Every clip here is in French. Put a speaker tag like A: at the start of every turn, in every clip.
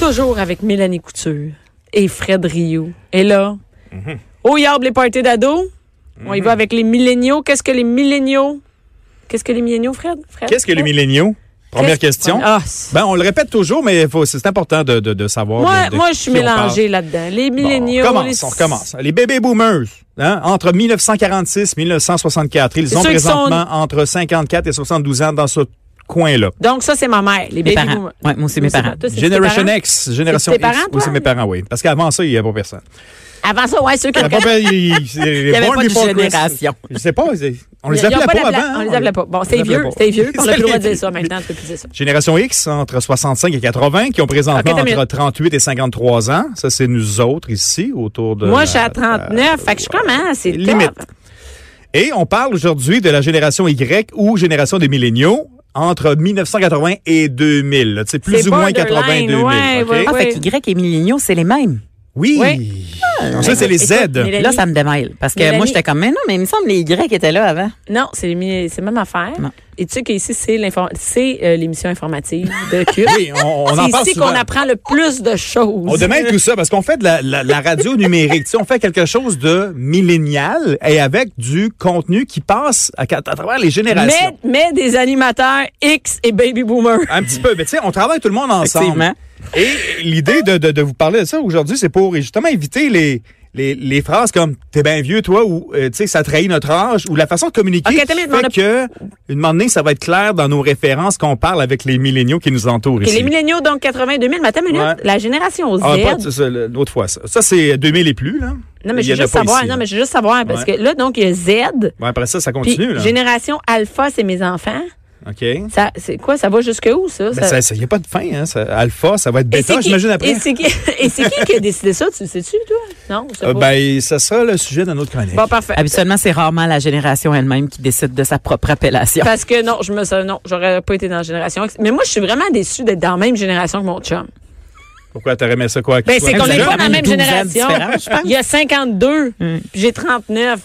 A: Toujours avec Mélanie Couture et Fred Rio. Et là,
B: Mhm.
A: au yard les parties d'ados, on y va avec les milléniaux. Qu'est-ce que les milléniaux? Qu'est-ce que les milléniaux, Fred? Fred?
B: Qu'est-ce que les
A: Fred?
B: milléniaux? Première
A: Qu'est-ce-
B: question.
A: Ah, c'est-
B: Ben, on le répète toujours, mais faut- c'est important de, de- de savoir.
A: moi,
B: de- de
A: moi,
B: qui
A: je suis
B: on parle.
A: mélangée là-dedans. Les
B: Bon,
A: milléniaux.
B: on recommence,
A: les-
B: on recommence. Les bébés boomers, hein, entre 1946 et 1964, ils
A: C'est
B: ont
A: ceux qui
B: présentement entre 54 et 72 ans dans ce coin-là.
A: Donc, ça, c'est ma mère, les
C: Mes
A: baby
C: parents.
A: boomers.
C: Ouais, moi, c'est
A: Nous,
C: mes parents.
A: pas- toi, c'est tes
B: Generation
A: parents?
B: X, Génération
A: tes
B: X.
A: parents,
B: Oui,
A: toi?
B: c'est mes parents, oui. Parce qu'avant ça, il n'y avait pas personne.
A: Avant ça, ouais, ceux qui
B: Après, ben, il- il-
C: y avait
B: Born
C: pas de
B: Before Christ.
C: génération.
B: Je sais pas, ils- on
A: Ils-
B: les
A: ils ont
B: appelait pas,
A: l'appel-
B: avant. hein?
A: On les appelait pas. Bon,
B: On
A: c'est
B: les
A: vieux,
B: appelait pas.
A: c'est vieux. On a
B: C'est
A: plus le droit de
B: les-
A: dire ça maintenant, tu peux plus dire ça.
B: Génération X, entre 65 et 80, qui ont présentement
A: Ok, t'as
B: entre
A: mieux.
B: 38 et 53 ans. Ça, c'est nous autres ici, autour de...
A: Moi,
B: la-
A: je suis à 39, fait que je commence, c'est
B: Euh, Limite.
A: top.
B: Et on parle aujourd'hui de la génération Y ou génération des milléniaux entre 1980 et 2000. là. Tu sais, plus
A: C'est
B: ou moins
A: borderline,
B: 80 2000.
A: ouais,
B: ok?
A: ouais,
C: Ah,
A: ouais.
C: fait que Y et milléniaux, c'est les mêmes.
B: Oui.
A: Oui.
B: Donc ça, c'est les Z.
A: Écoute, Mélanie-
C: Là, ça me démêle. Parce que
A: Mélanie-
C: moi, j'étais comme, mais non, mais il me semble que les Y étaient là avant.
A: Non, c'est les mi- c'est la même affaire.
C: Non.
A: Et tu sais qu'ici, c'est l'inform- c'est, euh, l'émission informative de Cube.
B: Oui, on, on en
A: C'est
B: parle
A: ici qu'on
B: souvent.
A: apprend le plus de choses.
B: On demande tout ça parce qu'on fait de la, la- la radio numérique. Tu sais, on fait quelque chose de millénial et avec du contenu qui passe à, à travers les générations.
A: mais, mais des animateurs X et Baby Boomer.
B: Un petit peu. Mais tu sais, on travaille tout le monde ensemble.
C: Effectivement.
B: Et l'idée de, de- de vous parler de ça aujourd'hui, c'est pour justement éviter les, les, les phrases comme t'es bien vieux, toi, ou euh, tu sais, ça trahit notre âge, ou la façon de communiquer.
A: Ok,
B: qui
A: attends une
B: fait
A: minute,
B: que, une moment donné, ça va être clair dans nos références qu'on parle avec les milléniaux qui nous entourent
A: Et
B: ici.
A: les milléniaux, donc 82 000, mais attends une minute,
B: Ouais.
A: la génération Z.
B: Ah, pas de- ça, le- l'autre fois, ça. Ça, c'est 2000 et plus, là.
A: non, mais
B: Il
A: je
B: y
A: veux
B: en a
A: juste
B: pas
A: savoir,
B: ici,
A: non,
B: là.
A: mais je veux juste savoir, parce
B: Ouais.
A: que là, donc, il y a Z,
B: Ouais, après ça, ça
A: puis
B: continue, là.
A: génération Alpha, c'est mes enfants.
B: OK. Ben,
A: Ça, c'est quoi, ça va jusque où, ça? Ça-
B: ça, ça y a pas de fin, hein. Ça- alpha, ça va être
A: Et c'est
B: bêta,
A: qui-
B: j'imagine, après.
A: Et c'est qui, et c'est qui qui a décidé ça? Tu le sais-tu, toi? Non, je sais
B: Euh,
A: pas.
B: ben, ça sera le sujet d'un autre chronique.
A: Bon, parfait.
C: Habituellement, c'est rarement la génération elle-même qui décide de sa propre appellation.
A: Parce que non, je me sens, non, j'aurais pas été dans la génération X. Mais moi, je suis vraiment déçue d'être dans la même génération que mon chum.
B: Pourquoi t'aurais aimé ça, quoi? qu'il
A: Ben,
B: soit
A: c'est
B: plus
A: qu'on
C: vous
A: n'est
B: jeune?
C: avez
A: pas dans la même
C: 12 ans de
A: génération.
C: différence, je pense.
A: Il y a 52, puis j'ai 39.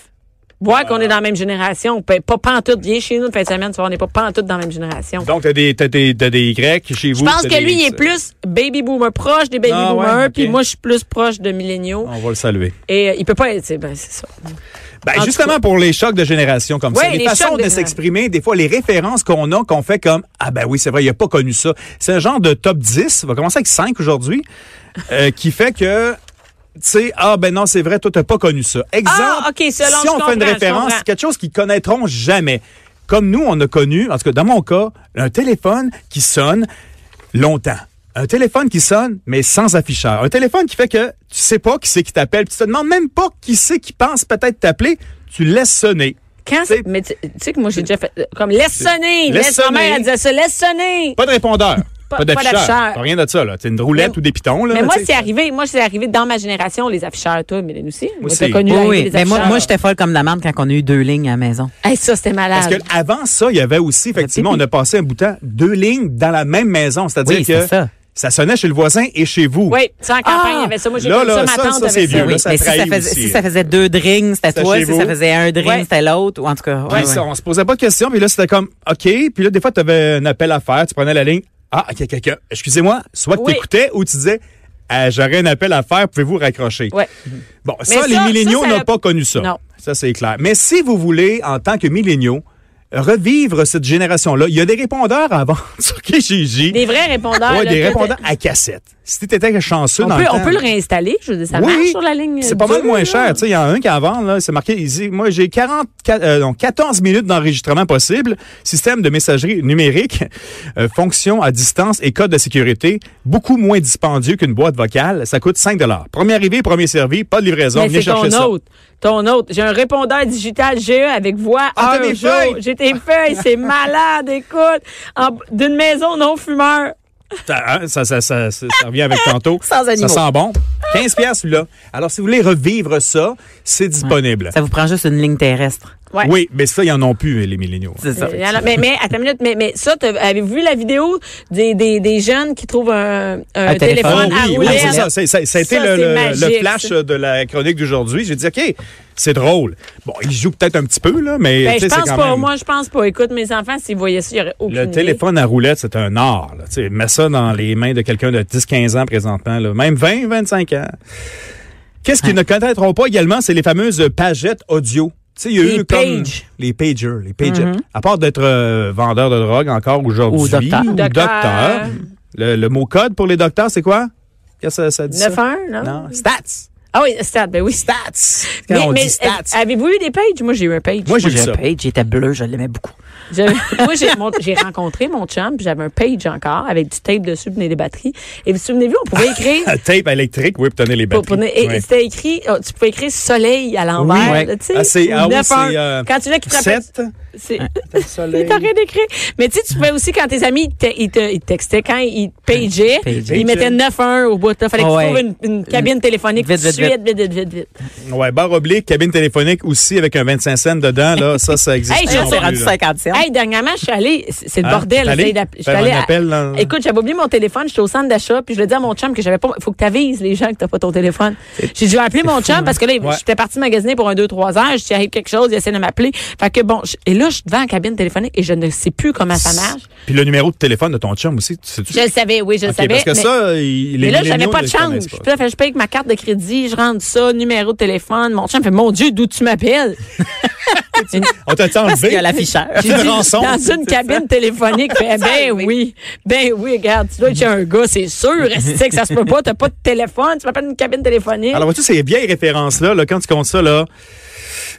A: Voir qu'on est dans la même génération, pas, pas pantoute. Viens chez nous une fin de semaine, tu vois, on n'est pas pantoute dans la même génération.
B: Donc, t'as des, t'as des, t'as des Y chez
A: je
B: vous.
A: pense
B: t'as
A: que
B: des-
A: lui, il est plus baby boomer, proche des baby
B: Ah, ouais,
A: boomers,
B: ok.
A: puis moi, je suis plus proche de milléniaux.
B: On va le saluer.
A: Et euh, il peut pas être, c'est- ben, c'est ça.
B: Ben,
A: En tout
B: justement, pour les chocs de génération comme ça,
A: Ouais,
B: les,
A: les
B: façons
A: chocs de
B: de
A: génération.
B: s'exprimer, des fois, les références qu'on a, qu'on fait comme Ah, ben oui, c'est vrai, il n'a pas connu ça. C'est un genre de top 10, on va commencer avec 5 aujourd'hui, euh, qui fait que. Tu sais, ah ben non, c'est vrai, toi, t'as pas connu ça. Exemple,
A: Ah, OK, selon,
B: si
A: je
B: on fait une
A: comprends, je
B: référence,
A: comprends.
B: quelque chose qu'ils connaîtront jamais. Comme nous, on a connu, en tout cas, dans mon cas, un téléphone qui sonne longtemps. Un téléphone qui sonne, mais sans afficheur. Un téléphone qui fait que tu sais pas qui c'est qui t'appelle, puis tu te demandes même pas qui c'est qui pense peut-être t'appeler, tu laisses sonner.
A: Quand
B: C'est-
A: c'est- mais tu, tu sais que moi, j'ai déjà fait, euh, comme, laisse sonner,
B: Laisse
A: laisse, ma
B: sonner.
A: mère, elle disait ça, laisse sonner.
B: Pas de répondeur,
A: Pas-
B: pas,
A: pas
B: d'afficheur,
A: d'afficheur.
B: pas rien de ça là, c'est une roulette
A: Mais-
B: ou des pitons là.
A: Mais
B: tu
A: moi,
B: sais.
A: c'est arrivé. Moi, c'est arrivé dans ma génération, les afficheurs, toi, Mélanie aussi. Mais
B: aussi.
A: t'as connu
C: Oui,
A: l'arrivée
C: oui.
A: des
C: Ben, moi,
A: afficheurs.
C: moi j'étais folle comme la merde quand on a eu deux lignes à la maison.
A: Hey, ça, c'était malade.
B: Parce que avant ça, il y avait aussi effectivement, on a passé un bout de temps deux lignes dans la même maison, c'est-à-dire
C: Oui,
B: que
C: c'est ça.
B: sonnait chez le voisin et chez vous.
A: Oui, tu sais, en campagne, il y avait ça. Moi, j'ai
B: Là,
A: connu
B: là,
A: ça, ma
B: ça,
A: tante
B: ça,
A: avait
B: c'est vieux,
A: ça.
B: là,
A: Oui.
B: ça
C: mais si ça,
B: trahit
C: faisait,
B: aussi,
C: si
B: là.
C: ça faisait deux drinks, c'était
B: C'était
C: toi.
B: chez
C: Si
B: vous.
C: ça faisait un drink,
A: Ouais.
C: c'était l'autre. Ou en tout cas,
B: Puis
C: ouais,
B: ça,
C: ouais.
B: on se posait pas de questions, puis là c'était comme OK, puis là des fois tu avais un appel à faire, tu prenais la ligne Ah, il y a quelqu'un. Excusez-moi, soit que
A: Oui.
B: t'écoutais ou tu disais Ah, j'aurais un appel à faire, pouvez-vous raccrocher.
A: Ouais.
B: Bon,
A: Mais
B: ça,
A: ça,
B: les
A: ça,
B: milléniaux
A: ça-
B: n'ont pas connu ça.
A: Non.
B: Ça c'est clair. Mais si vous voulez en tant que milléniaux revivre cette génération là, il y a des répondeurs avant sur Kijiji.
A: Des vrais répondeurs.
B: Ouais,
A: là,
B: des
A: toi,
B: répondeurs à cassette. Si t'étais chanceux
A: On
B: dans
A: peut,
B: le temps,
A: on peut le réinstaller. Je veux dire, ça marche sur la ligne.
B: C'est pas mal
A: dure,
B: moins
A: là.
B: cher. Tu sais, Il y en a un qui avant, là, c'est marqué ici. Moi, j'ai 40, euh, non, 14 minutes d'enregistrement possible, système de messagerie numérique, euh, fonction à distance et code de sécurité. Beaucoup moins dispendieux qu'une boîte vocale. Ça coûte 5 Premier arrivé, premier servi, pas de livraison.
A: Mais
B: Venez
A: c'est
B: chercher
A: ton
B: ça.
A: autre. Ton autre. J'ai un répondeur digital GE avec voix,
B: Ah,
A: heure,
B: t'as des
A: jour.
B: feuilles.
A: J'ai tes feuilles. C'est malade, écoute. En- D'une maison non fumeur.
B: Ça, hein, ça, ça, ça, ça- ça revient avec tantôt.
C: Sans animaux.
B: Ça sent bon. 15 piastres, celui-là. Alors, si vous voulez revivre ça, c'est disponible.
C: Ça vous prend juste une ligne terrestre.
A: Ouais.
B: Oui, mais ça, ils en ont plus, les milléniaux.
C: C'est ça.
A: Euh, alors, mais, mais, attends une minute, mais, mais ça, t'as- avez-vous vu la vidéo des, des, des jeunes qui trouvent un, un
C: Un
A: téléphone,
C: téléphone.
B: Ah
A: à
B: oui, oui,
A: roulette? Ben,
B: c'est ça. C'est- ça- ça a été
A: hein. Ça,
B: le,
A: c'est
B: le-
A: magique,
B: le flash
A: ça.
B: euh, de la chronique d'aujourd'hui. J'ai dit, OK, c'est drôle. Bon, ils jouent peut-être un petit peu, là, mais
A: Ben,
B: tu
A: je
B: sais, c'est
A: pense
B: quand
A: pas.
B: même...
A: Moi, je pense pas. Écoute, mes enfants, s'ils voyaient ça, il y aurait aucune
B: Le
A: idée.
B: téléphone à roulette, c'est un art. Là. Tu sais, Mets ça dans les mains de quelqu'un de 10-15 ans présentement, là. même 20-25 ans. Qu'est-ce
A: Ah.
B: qu'ils ne connaîtront pas également, c'est les fameuses pagettes audio. Tu sais, il y a
A: Les
B: eu comme
A: pages. Mm-hmm.
B: les pagers, les pagettes. À part d'être euh, vendeur de drogue encore aujourd'hui,
C: Ou docteur.
A: Docteur.
B: docteur, le, le mot code pour les docteurs, c'est quoi? Qu'est-ce que ça, ça dit ça?
A: 9-1, non?
B: Non, stats.
A: Ah oui, stats, ben oui.
B: Stats. Quand
A: Mais,
B: on
A: mais, euh,
B: dit stats.
A: a- Avez-vous eu des pages? Moi, j'ai eu un page.
B: Moi, j'ai vu
C: J'ai
B: ça.
C: un page, j'étais bleu, je l'aimais beaucoup.
A: Je- moi, j'ai, mon- j'ai rencontré mon chum, puis j'avais un page encore avec du tape dessus, puis des batteries. Et vous souvenez-vous, on pouvait écrire.
B: Un tape électrique, oui, pour tenir les
A: pour-
B: Ah, batteries.
A: pour- et,
B: Ouais.
A: et c'était écrit, oh, tu pouvais écrire soleil à l'envers.
B: Oui.
A: là, tu sais,
B: Ah, c'est-
A: ou
B: ah oui,
A: 9-1.
B: c'est, euh,
A: Quand tu l'as qui te rappelle-
B: Sept.
A: c'est-
B: Soleil.
A: Il t'a rien décrit. Mais tu sais, tu pouvais aussi, quand tes amis, ils te, ils te- ils te textaient, quand ils te pageaient,
C: Pageaient.
A: ils mettaient 9-1 au bout. Il fallait que
C: Ouais.
A: tu trouves une, une cabine téléphonique
C: Vite,
A: tout de
C: vite,
A: suite, vite, vite, vite, vite.
B: Ouais, barre oblique, cabine téléphonique aussi avec un 25 cents dedans, là, ça, ça existe.
A: Hey,
B: pas
A: je
B: non
A: sais,
B: plus,
C: rendu
B: là.
C: 50 cents.
A: Hey, dernièrement, je suis allée, c'est c'est le
B: Hein?
A: bordel.
B: T'es allée
A: j'essaye d'app- Je suis
B: faire
A: allée
B: un
A: à-
B: appel, hein? là?
A: Écoute, j'avais oublié mon téléphone, j'étais au centre d'achat, puis je le dis à mon chum que j'avais pas. Faut que tu avises les gens que t'as pas ton téléphone. J'ai dû appeler mon
C: hein?
A: chum parce que là,
B: Ouais.
A: j'étais partie magasiner pour un 2-3 heures, je arrive quelque chose, il essaie de m'appeler. Fait que bon, je- et là, je suis devant la cabine téléphonique et je ne sais plus comment ça marche.
B: Puis le numéro de téléphone de ton chum aussi, tu sais-tu?
A: Je le savais, oui, je le
B: Ok,
A: savais.
B: Parce que
A: mais-
B: ça, il les
A: mais là, j'avais
B: milléniaux
A: pas
B: ne
A: de
B: le
A: change.
B: connaissent pas.
A: Puis là, fait, je paye avec ma carte de crédit, je rentre ça, numéro de téléphone. Mon chum fait Mon Dieu, d'où tu m'appelles?
B: On t'a
C: Il y
B: enlevé.
C: a l'afficheur.
B: ben, J'ai
A: J'ai dit,
B: une rançon.
A: Dans une cabine téléphonique. Fait, ben oui. Ben oui, regarde, tu dois être chez un gars, c'est sûr. C'est que ça se peut pas, t'as pas de téléphone, tu m'appelles une cabine téléphonique.
B: Alors, vois-tu, ces vieilles références-là, là, quand tu comptes ça, là,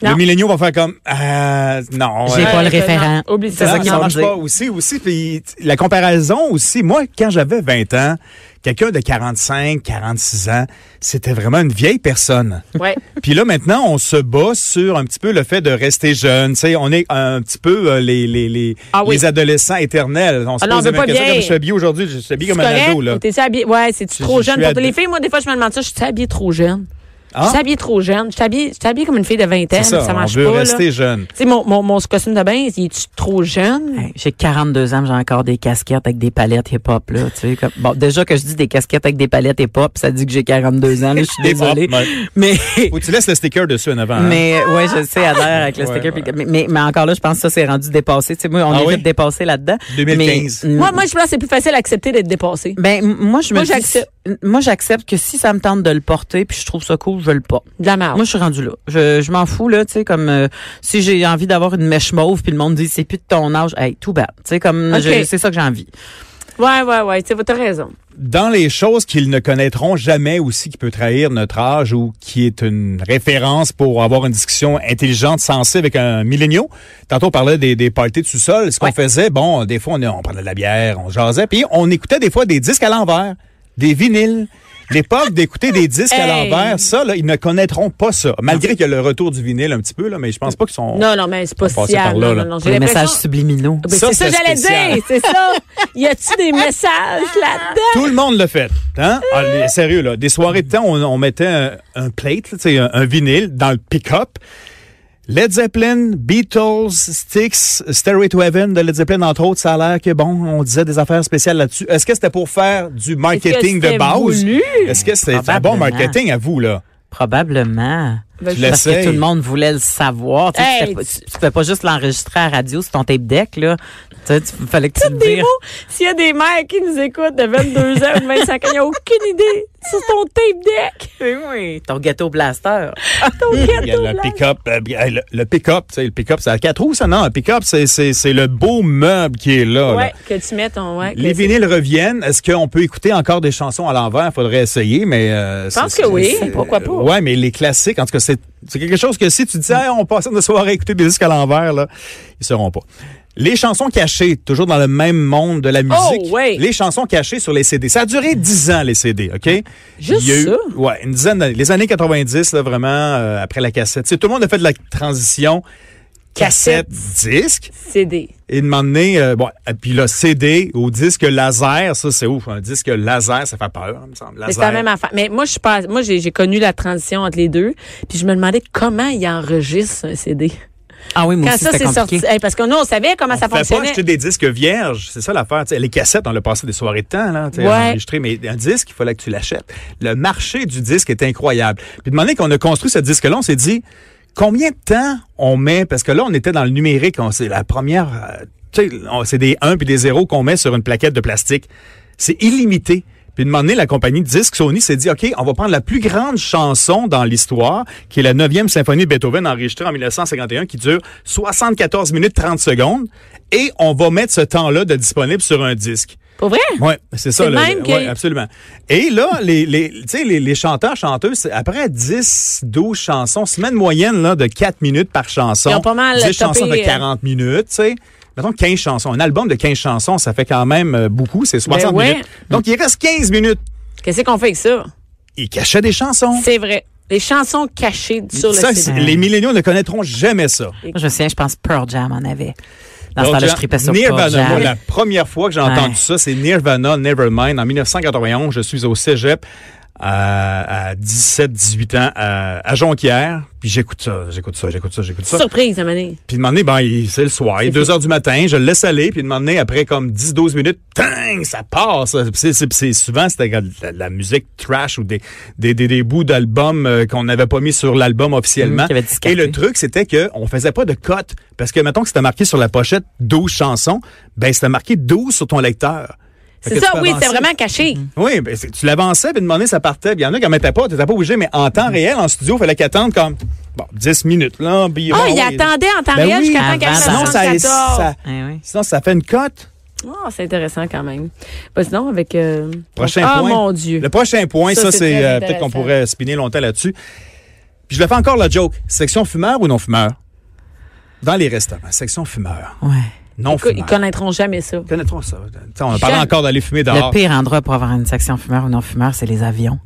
A: Non.
B: le milléniaux va faire comme, euh, non.
C: J'ai
B: euh,
A: Ouais,
C: pas le
A: je- non,
C: référent.
A: Oublie
B: C'est
A: ça.
B: ça
C: Non,
B: qui
C: non,
B: marche
C: non.
B: pas aussi, aussi. Puis t- la comparaison aussi. Moi, quand j'avais 20 ans, quelqu'un de 45, 46 ans, c'était vraiment une vieille personne.
A: Ouais.
B: Puis là, maintenant, on se bat sur un petit peu le fait de rester jeune. Tu sais, on est un petit peu euh, les, les, les,
A: Ah oui.
B: les adolescents éternels. On se
A: Ah non, on
B: pose
A: veut
B: la même
A: pas
B: question.
A: vieille.
B: Comme je suis habillé aujourd'hui, je suis habillé comme un
A: C'est
B: ado.
A: correct?
B: Là.
A: Ou t'es-tu habillé? Ouais, c'est-tu
B: Je-
A: trop
B: je
A: jeune
B: suis
A: pour
B: ado.
A: les filles? Moi, des fois, je me demande ça. Je suis habillée trop jeune? Je
B: Ah,
A: suis habillée trop jeune. Je suis habillée, je suis habillée comme une fille de 20 ans.
B: c'est ça,
A: Ça
B: on
A: marche
B: veut
A: pas. là.
B: rester jeune.
A: Tu sais, mon, mon, mon costume de bain, il est-tu trop jeune?
C: Hey, J'ai 42 ans, j'ai encore des casquettes avec des palettes hip-hop. Là, tu sais, comme- bon, déjà que je dis des casquettes avec des palettes hip-hop, ça dit que j'ai 42 ans. là, Je suis
B: Des fois,
C: désolée.
B: ouais.
C: Mais,
B: Faut que tu laisses le sticker dessus en avant. hein.
C: mais ouais, je sais, à l'heure avec le
B: Ouais,
C: sticker.
B: ouais.
C: puis- Mais, mais, mais encore là, je pense que ça s'est rendu dépassé. Tu sais, moi, on
B: Ah
C: est
B: oui?
C: vite dépassé là-dedans.
B: 2015.
C: Mais, mm,
A: Moi, moi, je pense que c'est plus facile d'accepter d'être dépassé.
C: ben, m- moi, je me
A: Moi,
C: dis-
A: j'accepte.
C: Moi, j'accepte que si ça me tente de le porter, puis je trouve ça cool, je le porte.
A: De la merde.
C: Moi, je suis rendu là. Je, je m'en fous, là, tu sais, comme euh, si j'ai envie d'avoir une mèche mauve, puis le monde dit, c'est plus de ton âge, hey, tout bad. Tu sais, comme,
A: Ok.
C: je- c'est ça que j'ai envie.
A: Ouais, ouais, ouais. Tu sais, t'as raison.
B: dans les choses qu'ils ne connaîtront jamais aussi, qui peut trahir notre âge ou qui est une référence pour avoir une discussion intelligente, sensée avec un milléniaux. Tantôt, on parlait des, des parties de sous-sol. Ce qu'on
C: Ouais.
B: faisait, bon, des fois, on, on prenait de la bière, on jasait, puis on écoutait des fois des disques à l'envers, des vinyles. L'époque d'écouter des disques à
A: Hey!
B: l'envers, ça, là, ils ne connaîtront pas ça. Malgré qu'il y a le retour du vinyle un petit peu, là, mais je pense pas qu'ils sont...
A: Non, non, mais c'est pas
B: On passait
A: si
B: par là,
A: Non,
B: là.
A: non, non. J'ai
C: Les messages
A: l'impression.
C: subliminaux.
A: Ben,
B: Ça,
A: c'est ça que
B: c'est
A: j'allais
B: spécial.
A: dire. C'est ça. Y a-tu des messages là-dedans?
B: Tout le monde le fait. Hein? Ah, les- sérieux, là. Des soirées de temps, on, on mettait un, un plate, là, tu sais, un, un vinyle dans le pick-up. Led Zeppelin, Beatles, Styx, Stairway to Heaven de Led Zeppelin, entre autres, ça a l'air que, bon, on disait des affaires spéciales là-dessus. Est-ce que c'était pour faire du marketing
A: c'était
B: de base?
A: voulu?
B: Est-ce que c'était un bon
C: Probablement.
B: marketing à vous, là?
C: Probablement.
A: Ben,
B: Tu
A: je-
B: l'as-
C: Parce que
B: L'essaye.
C: tout le monde voulait le savoir. Tu
A: Hey,
C: ne fais pas juste l'enregistrer à la radio sur ton tape deck, là. Tu sais, tu- fallait que tu le
A: des
C: dises.
A: mots. S'il y a des mères qui nous écoutent de 22 ans ou de 25 ans, ils n'ont aucune idée. Sur ton tape deck.
C: Oui, ton gâteau blaster.
A: Ton
B: Il y a
A: gâteau
B: le
A: là.
B: pick-up, euh, le, le pick-up, tu sais, le pick-up, c'est à quatre roues, ça, non? Un pick-up, c'est, c'est, c'est le beau meuble qui est là, là.
A: Ouais, que tu mets ton. Ouais, que
B: Les
A: c'est-
B: vinyles reviennent. Est-ce qu'on peut écouter encore des chansons à l'envers? Faudrait essayer, mais... euh,
A: pense
B: c'est-
A: que
B: c'est-
A: oui.
B: c'est-
A: Pourquoi pas?
B: Ouais, mais les classiques, en tout cas, c'est c'est quelque chose que si tu dis, Hey, on passe une soirée à écouter des disques à l'envers, là, ils seront pas. Les chansons cachées, toujours dans le même monde de la musique.
A: Oh, ouais.
B: Les chansons cachées sur les CD. Ça a duré 10 ans, les CD, OK?
A: Juste
B: Il y a eu-
A: ça?
B: Ouais, une dizaine d'années. Les années 90, là, vraiment, euh, après la cassette. Tu sais, tout le monde a fait de la transition cassette, disque.
A: CD.
B: Et de m'emmener, euh, bon, et puis le CD au disque laser, ça c'est ouf, un disque laser, ça fait peur, il me semble.
A: Mais
B: Laser.
A: c'est la même affaire. Mais moi, je suis pas, moi, j'ai, j'ai connu la transition entre les deux. Puis je me demandais comment ils enregistrent un CD.
C: Ah oui, moi
A: Quand
C: aussi,
A: ça
C: c'était
A: c'est
C: compliqué.
A: sorti, Hey, parce que nous, on savait comment
B: On
A: ça
B: fait pas
A: fonctionnait.
B: acheter des disques vierges, c'est ça l'affaire. tu sais. Les cassettes, on le passé des soirées de temps, là, tu sais,
A: Ouais.
B: enregistré, mais un disque, il fallait que tu l'achètes. Le marché du disque est incroyable. Puis demander qu'on a construit ce disque-là, on s'est dit combien de temps on met, parce que là, on était dans le numérique, on- c'est la première, euh, tu sais, on- c'est des 1 puis des 0 qu'on met sur une plaquette de plastique. C'est illimité. Puis de demander la compagnie de disques Sony s'est dit, OK, on va prendre la plus grande chanson dans l'histoire, qui est la 9e symphonie de Beethoven enregistrée en 1951, qui dure 74 minutes 30 secondes, et on va mettre ce temps-là de disponible sur un disque.
A: Pour vrai?
B: Oui, c'est ça.
A: C'est
B: là,
A: même
B: le-
A: que-
B: ouais, absolument. Et là, les, les, tu sais, les, les chanteurs, chanteuses, c'est- après 10, 12 chansons, semaine moyenne là, de 4 minutes par chanson,
A: Ils ont pas mal
B: 10 chansons de
A: topé, euh,
B: 40 minutes, tu sais. Mettons 15 chansons. Un album de 15 chansons, ça fait quand même euh, beaucoup, c'est 60
A: Ben ouais.
B: minutes. Donc, il reste 15 minutes.
A: Qu'est-ce qu'on fait avec ça?
B: Il cachait des chansons.
A: C'est vrai. Les chansons cachées sur le
B: Ça,
A: CD.
B: c'est- les milléniaux ne connaîtront jamais ça.
C: Moi, je me souviens, je pense Pearl Jam en avait. Dans ce
B: Donc,
C: temps-là, je
B: Jean-
C: tripais sur Pearl
B: Nirvana, moi,
C: Jam.
B: la première fois que j'ai entendu
C: Ouais.
B: ça, c'est Nirvana Nevermind. En 1991, je suis au cégep à, à 17-18 ans à, à Jonquière. Puis j'écoute ça, j'écoute ça, j'écoute ça, j'écoute ça.
A: Surprise, à mener.
B: Puis de moment donné, ben, il- c'est le soir, il est 2 heures du matin, je le laisse aller. Puis de moment donné, après comme 10-12 minutes, tang, ça passe. Puis c'est- c'est- c'est- souvent, c'était de la, la musique trash ou des, des, des, des bouts d'albums euh, qu'on n'avait pas mis sur l'album officiellement.
C: Mmh, qu'il avait
B: Et
C: discardé.
B: le truc, c'était que on faisait pas de cote. Parce que, mettons que c'était marqué sur la pochette 12 chansons, ben c'était marqué 12 sur ton lecteur. Fait
A: C'est
B: que tu
A: ça,
B: peux
A: oui,
B: avancer.
A: c'est vraiment caché.
B: Oui, ben, c'est- tu l'avançais, puis demander, ça partait. Puis il y en a qui en mettaient pas, tu n'étais pas obligé, mais en
A: Mmh.
B: temps réel, en studio, il fallait qu'attendre comme bon, 10 minutes. Là, puis
A: Ah,
B: bon,
A: il
B: oui.
A: attendait en temps
B: Ben
A: réel
B: oui,
A: jusqu'à temps
C: avant,
A: qu'elle fasse
C: avant.
B: Sinon, ça, allait-
A: 74.
B: ça-
C: Eh oui.
B: sinon, ça fait une cote.
A: Oh, c'est intéressant quand même. Bah, sinon, avec. euh,
B: Prochain
A: Ah,
B: point.
A: mon Dieu.
B: Le prochain point,
A: Ça,
B: ça,
A: c'est
B: c'est
A: très
B: euh, peut-être
A: intéressant.
B: qu'on pourrait spinner longtemps là-dessus. Puis je vais faire encore la joke. Section fumeur ou non fumeur? Dans les restaurants, section fumeur.
C: Ouais.
B: Non
A: Écoute, Ils
B: fumeur.
A: connaîtront jamais ça.
B: Connaîtrons ça. T'sais, on a parlé
A: Jamais.
B: encore d'aller fumer
C: Le
B: dehors.
C: pire endroit pour avoir une section fumeur ou non fumeur, c'est les avions.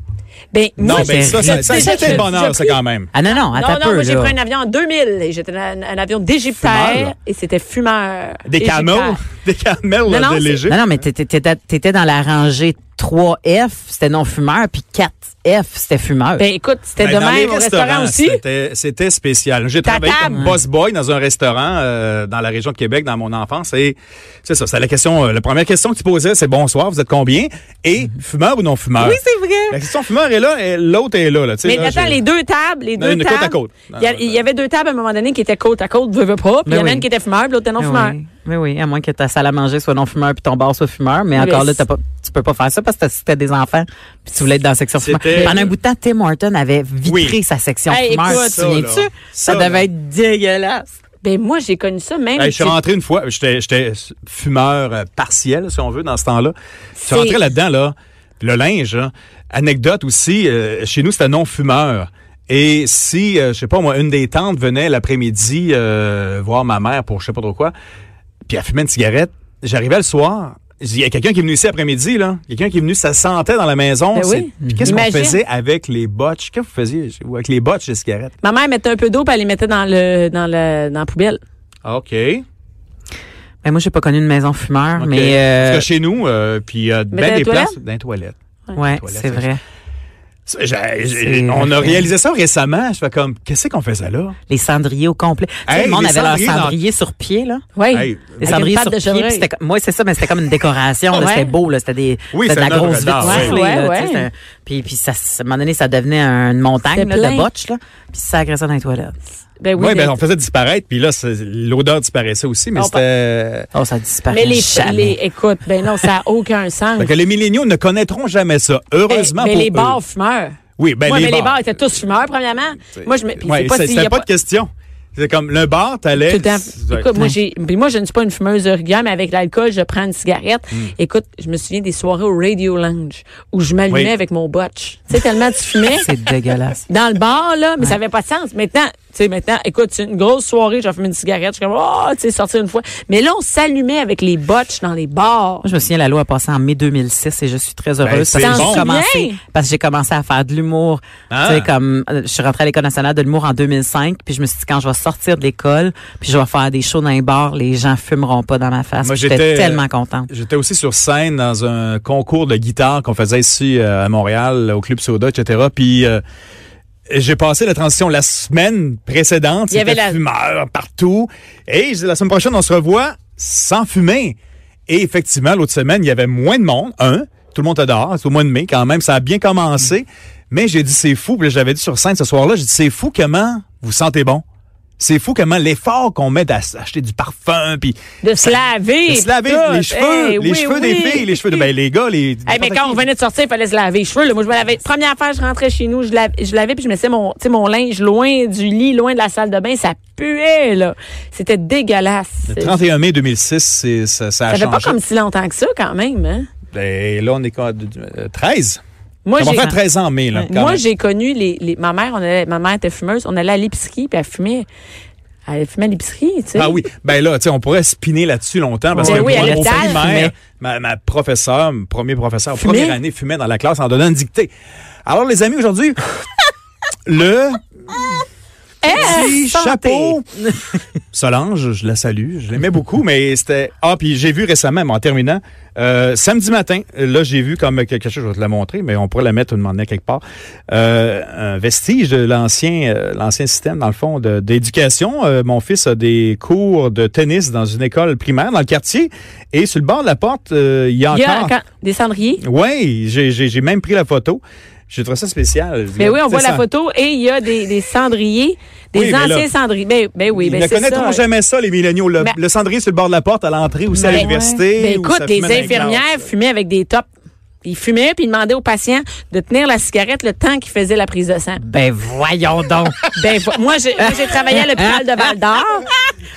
A: Ben,
B: Non,
A: moi,
B: mais
C: j'ai-
B: ça, ça,
C: j'ai-
B: ça,
C: j'ai-
B: c'était
C: j'ai-
B: le bonheur,
A: j'ai
B: ça,
A: pris-
B: quand même.
C: Ah non, non, attends
A: non,
C: un peu,
A: non, moi j'ai
C: là.
A: pris un avion en 2000 et j'étais dans un, un avion d'Égyptaire
B: Fumeur.
A: et c'était fumeur.
B: Des camels,
A: Égyptaire.
B: des camels là,
A: non,
B: de
A: c'est-
B: léger.
C: Non, non, mais t'étais- t'étais t'étais dans la rangée 3F, c'était non-fumeur, puis 4F, c'était fumeur.
A: Ben écoute, c'était
B: Ben,
A: de
B: dans les
A: même au restaurant
B: restaurants,
A: aussi.
B: c'était- C'était spécial. J'ai
A: Ta
B: travaillé
A: table.
B: comme boss boy dans un restaurant euh, dans la région de Québec dans mon enfance et c'est ça, c'est la question euh, la première question que tu posais c'est bonsoir, vous êtes combien et
A: Mhm.
B: fumeur ou non fumeur
C: oui, c'est vrai.
B: La question fumeur est là et l'autre est là, là tu sais,
A: Mais
B: là,
A: attends,
B: j'ai-
A: les deux tables, les
B: Non,
A: deux
B: une côte
A: tables.
B: à côte.
A: Il y, a- il y avait deux tables à un moment donné qui étaient côte à côte, veux, veux pas. Puis il y en
C: Ben
A: a
C: oui.
A: une qui était fumeur, puis l'autre était non
C: Mais
A: fumeur.
C: oui. Mais oui, à moins que ta salle à manger soit non-fumeur, puis ton bar soit fumeur. Mais
A: Oui,
C: encore
A: mais
C: là, t'as pas, tu peux pas faire ça parce que si t'as des enfants, puis tu voulais être dans la section fumeur.
B: C'était-
C: Pendant un bout de temps, Tim Horton avait vitré
B: Oui.
C: sa section
A: Hey,
C: fumeur.
A: écoute,
C: tu
B: ça,
C: souviens-tu?
B: là.
C: Ça,
B: Ça,
C: devait
B: là.
C: être dégueulasse.
A: Ben moi j'ai connu ça même.
B: Hey, je suis
A: c'est-
B: rentré une fois, j'étais j'étais fumeur euh, partiel, si on veut, dans ce temps-là. Je suis
A: C'est-
B: rentré là-dedans, là, le linge. hein. Anecdote aussi, euh, chez nous, c'était non-fumeur. Et si, euh, je sais pas moi, une des tantes venait l'après-midi euh, voir ma mère pour je sais pas trop quoi, puis elle fumait une cigarette, j'arrivais le soir, je dis, il y a quelqu'un qui est venu ici après-midi, là. Quelqu'un qui est venu, ça sentait dans la maison.
A: Ben
B: c'est-
A: oui.
B: Puis qu'est-ce qu'on
A: Imagine.
B: faisait avec les botches? Qu'est-ce que vous faisiez ou avec les botches de cigarettes?
A: Ma mère mettait un peu d'eau puis elle les mettait dans le dans le dans la poubelle.
B: OK.
C: Ben, moi, j'ai pas connu une maison fumeur,
B: Ok.
C: mais,
B: Parce
C: euh,
B: que chez nous, euh, puis euh,
A: Mais dans
B: ben
A: les
B: des places dans les toilettes.
C: ouais,
B: toilettes,
C: c'est
B: ça,
C: vrai.
B: Ça, j'ai-
C: C'est
B: j'ai- On a
C: vrai.
B: réalisé ça récemment. Je fais comme, qu'est-ce qu'on faisait là?
C: Les cendriers au complet. Tu sais,
B: Hey,
C: le monde
B: les
C: avait
B: cendriers
C: leur
B: dans-
C: cendrier sur pied, là.
A: Oui.
B: Hey,
C: Les
A: Avec
C: cendriers
A: une pâte
C: sur
A: de
C: pied, puis
A: chevreuil.
C: c'était comme- moi c'est ça mais c'était comme une décoration là,
A: Ouais.
C: c'était beau là c'était des
B: Oui,
C: c'était de
B: c'est
C: la
B: un œuvre
C: grosse vitre
B: d'art,
A: ouais.
C: soufflée
A: Ouais,
C: là, tu sais,
A: ouais.
C: c'était- puis puis ça à un moment donné ça devenait une montagne
A: C'était
C: là, de
A: plein.
C: botches là puis ça sacrait ça dans les toilettes
A: Ben oui.
B: Oui,
A: mais-
B: ben, on faisait disparaître, puis là, c'est- l'odeur disparaissait aussi, mais
A: On
B: c'était.
C: oh ça disparaît
A: mais les,
C: jamais.
A: les écoute, ben non, ça a aucun sens. Ben,
B: Fait que les milléniaux ne connaîtront jamais ça. Heureusement
A: mais
B: Ben, pour
A: les
B: eux.
A: bars fumeurs.
B: Oui, ben,
A: Moi,
B: les
A: mais
B: bars.
A: les bars étaient tous fumeurs, premièrement. Moi, je me. puis
B: Ouais,
A: c'est pas
B: c'est-
A: s'il y
B: c'était
A: a
B: pas,
A: pas-
B: de question. C'est comme le bar, t'allais.
A: tout le temps.
B: c'est- ouais.
A: Écoute, moi, j'ai, puis moi, je ne suis pas une fumeuse de rigueur, mais avec l'alcool, je prends une cigarette.
B: Hmm.
A: Écoute, je me souviens des soirées au Radio Lounge où je m'allumais
B: Oui.
A: avec mon botch. Tu sais, tellement tu fumais
C: c'est dégueulasse
A: dans le bar, là, mais ça n'avait pas de sens. Maintenant, Tu sais, maintenant, écoute, c'est une grosse soirée, j'ai fumé une cigarette, je suis comme, oh, tu sais, sortir une fois. Mais là, on s'allumait avec les botches dans les bars.
C: Moi, je me souviens, la loi a passé en mai 2006 et je suis très heureuse
B: Ben, c'est
C: parce, que
B: bon.
C: j'ai commencé,
A: Souviens?
C: parce que j'ai commencé à faire de l'humour.
B: Ah.
C: Tu sais, comme, euh, je suis rentrée à l'École nationale de l'humour en 2005, puis je me suis dit, quand je vais sortir de l'école, puis je vais faire des shows dans les bars, les gens fumeront pas dans ma face.
B: Moi,
C: Puis J'étais
B: j'étais- euh,
C: tellement contente.
B: J'étais aussi sur scène dans un concours de guitare qu'on faisait ici euh, à Montréal, au Club Soda, etc. Puis euh, j'ai passé la transition la semaine précédente.
A: Il y avait
B: C'était
A: la-
B: fumeur partout. Et je dis, la semaine prochaine, on se revoit sans fumer. Et effectivement, l'autre semaine, il y avait moins de monde. Un, tout le monde était dehors. C'est au mois de mai quand même. Ça a bien commencé. Mais j'ai dit, c'est fou. Puis là, j'avais dit sur scène ce soir-là, j'ai dit, c'est fou comment vous sentez bon. C'est fou comment l'effort qu'on met d'acheter du parfum, puis
A: De se laver.
B: de se laver
A: tout.
B: les cheveux,
A: Hey,
B: les
A: oui,
B: cheveux
A: oui.
B: des filles, les cheveux de ben, les gars, les.
A: Hey, mais quand on venait de sortir, il fallait se laver les cheveux. là. Moi, je me lavais. Première affaire, je rentrais chez nous, je lavais, je lavais puis je mettais mon, tu sais, mon linge loin du lit, loin de la salle de bain. Ça puait, là. C'était dégueulasse.
B: Le 31 mai 2006, c'est- ça,
A: Ça
B: ça a
A: fait
B: changé.
A: pas comme si longtemps que ça, quand même. Hein?
B: Ben, là, on est quoi, euh, 13?
A: Moi,
B: Ça va
A: j'ai-
B: faire 13 ans en mai, là. quand
A: Moi,
B: même.
A: j'ai connu les, les- ma mère, on allait, ma mère était fumeuse, on allait à l'épicerie puis elle fumait. Elle fumait à l'épicerie, tu sais.
B: Ah oui, ben là, tu sais, on pourrait spiner là-dessus longtemps parce
A: Ben
B: que
A: oui,
B: moi,
A: à
B: au
A: l'hôpital,
B: primaire,
A: fumait.
B: ma, ma professeure, mon premier professeur,
A: Fumait.
B: première année, fumait dans la classe en donnant une dictée. Alors, les amis, aujourd'hui, le petit
A: Eh, santé.
B: chapeau. Solange, je la salue, je l'aimais beaucoup, mais c'était... Ah, puis j'ai vu récemment, mais en terminant, euh, samedi matin, là, j'ai vu comme quelque chose, je vais te la montrer, mais on pourrait la mettre ou demander quelque part, euh, un vestige de l'ancien euh, l'ancien système, dans le fond, de- d'éducation. Euh, mon fils a des cours de tennis dans une école primaire dans le quartier, et sur le bord de la porte, euh, il y a
A: Il y a
B: encore...
A: quand- des cendriers.
B: Oui, j'ai j'ai- j'ai même pris la photo. J'ai trouvé ça spécial.
A: Ben oui, on voit
B: Ça-
A: la photo et il y a des, des cendriers, des
B: Oui, mais là,
A: anciens cendriers. Ben, ben oui,
B: Ils
A: ben
B: ne
A: c'est ça.
B: connaîtront jamais ça, les milléniaux. Le,
A: Ben-
B: le cendrier sur le bord de la porte à l'entrée ou c'est à
A: Ben-
B: l'université.
A: Ben
B: ou
A: écoute,
B: ça
A: les
B: fumait dans
A: infirmières
B: classes.
A: fumaient avec des tops. Ils fumaient puis ils demandaient aux patients de tenir la cigarette le temps qu'ils faisaient la prise de sang.
C: Ben, voyons donc.
A: Ben, vo- moi, j'ai moi, j'ai travaillé à l'hôpital de Val d'Or.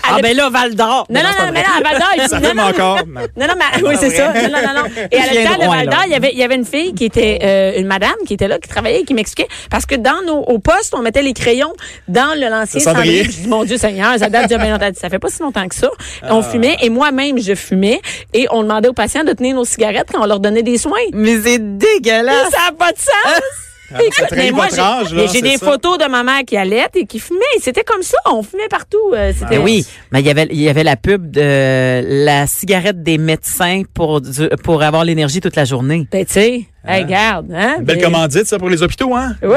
C: ah, ben là, Val d'Or.
A: Non, non, non, mais là, à Val d'Or, ils
B: Ça
A: non,
B: fume
A: non,
B: encore.
A: Non, non, mais oui, c'est ça. Non, non, non, non. Et à
C: Je viens
A: l'hôpital
C: de
A: de
C: Rouen,
A: Val
C: là.
A: d'Or, il y avait, il y avait une fille qui était, euh, une madame qui était là, qui travaillait et qui m'expliquait. Parce que dans nos, au poste, on mettait les crayons dans le lancier
B: Le
A: cendrier.
B: cendrier.
A: Puis Je dis, mon Dieu Seigneur, ça date de bien longtemps. Ça fait pas si longtemps que ça. On fumait et moi-même, je fumais et on demandait aux patients de tenir nos cigarettes quand on leur donnait des soins.
C: Mais c'est
A: Mais
C: dégueulasse.
A: ça n'a pas de sens! Écoute,
B: trahit votre
A: j'ai-
B: âge, là,
A: mais j'ai
B: c'est
A: des
B: ça.
A: photos de ma mère qui allait et qui fumait. Et C'était comme ça, on fumait partout. euh, C'était
C: Ben oui, mais il y avait il y avait la pub de la cigarette des médecins pour du- pour avoir l'énergie toute la journée.
A: Ben, tu sais, hey, regarde. Hein?
B: Belle
A: Ben,
B: commandite, ça, pour les hôpitaux, hein?
A: Oui.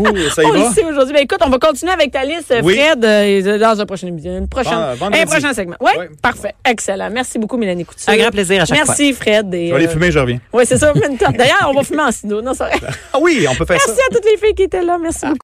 B: Ouh, ça y
A: On
B: va?
A: le sait aujourd'hui. Ben, écoute, on va continuer avec ta liste,
B: Oui.
A: Fred, euh, dans un prochain épisode. Une prochaine,
B: Vend- vendredi.
A: un prochain segment. Oui,
B: Ouais.
A: parfait. Excellent. Merci beaucoup, Mélanie Couture.
C: Un grand plaisir à chaque fois.
A: Merci, Fred. et,
B: Je vais aller
A: euh,
B: fumer, je reviens.
A: Oui, c'est ça. fume une top. D'ailleurs, on va fumer en sino. Non, c'est vrai.
B: Ah oui, on peut faire ça.
A: Merci à toutes les filles qui étaient là. Merci beaucoup.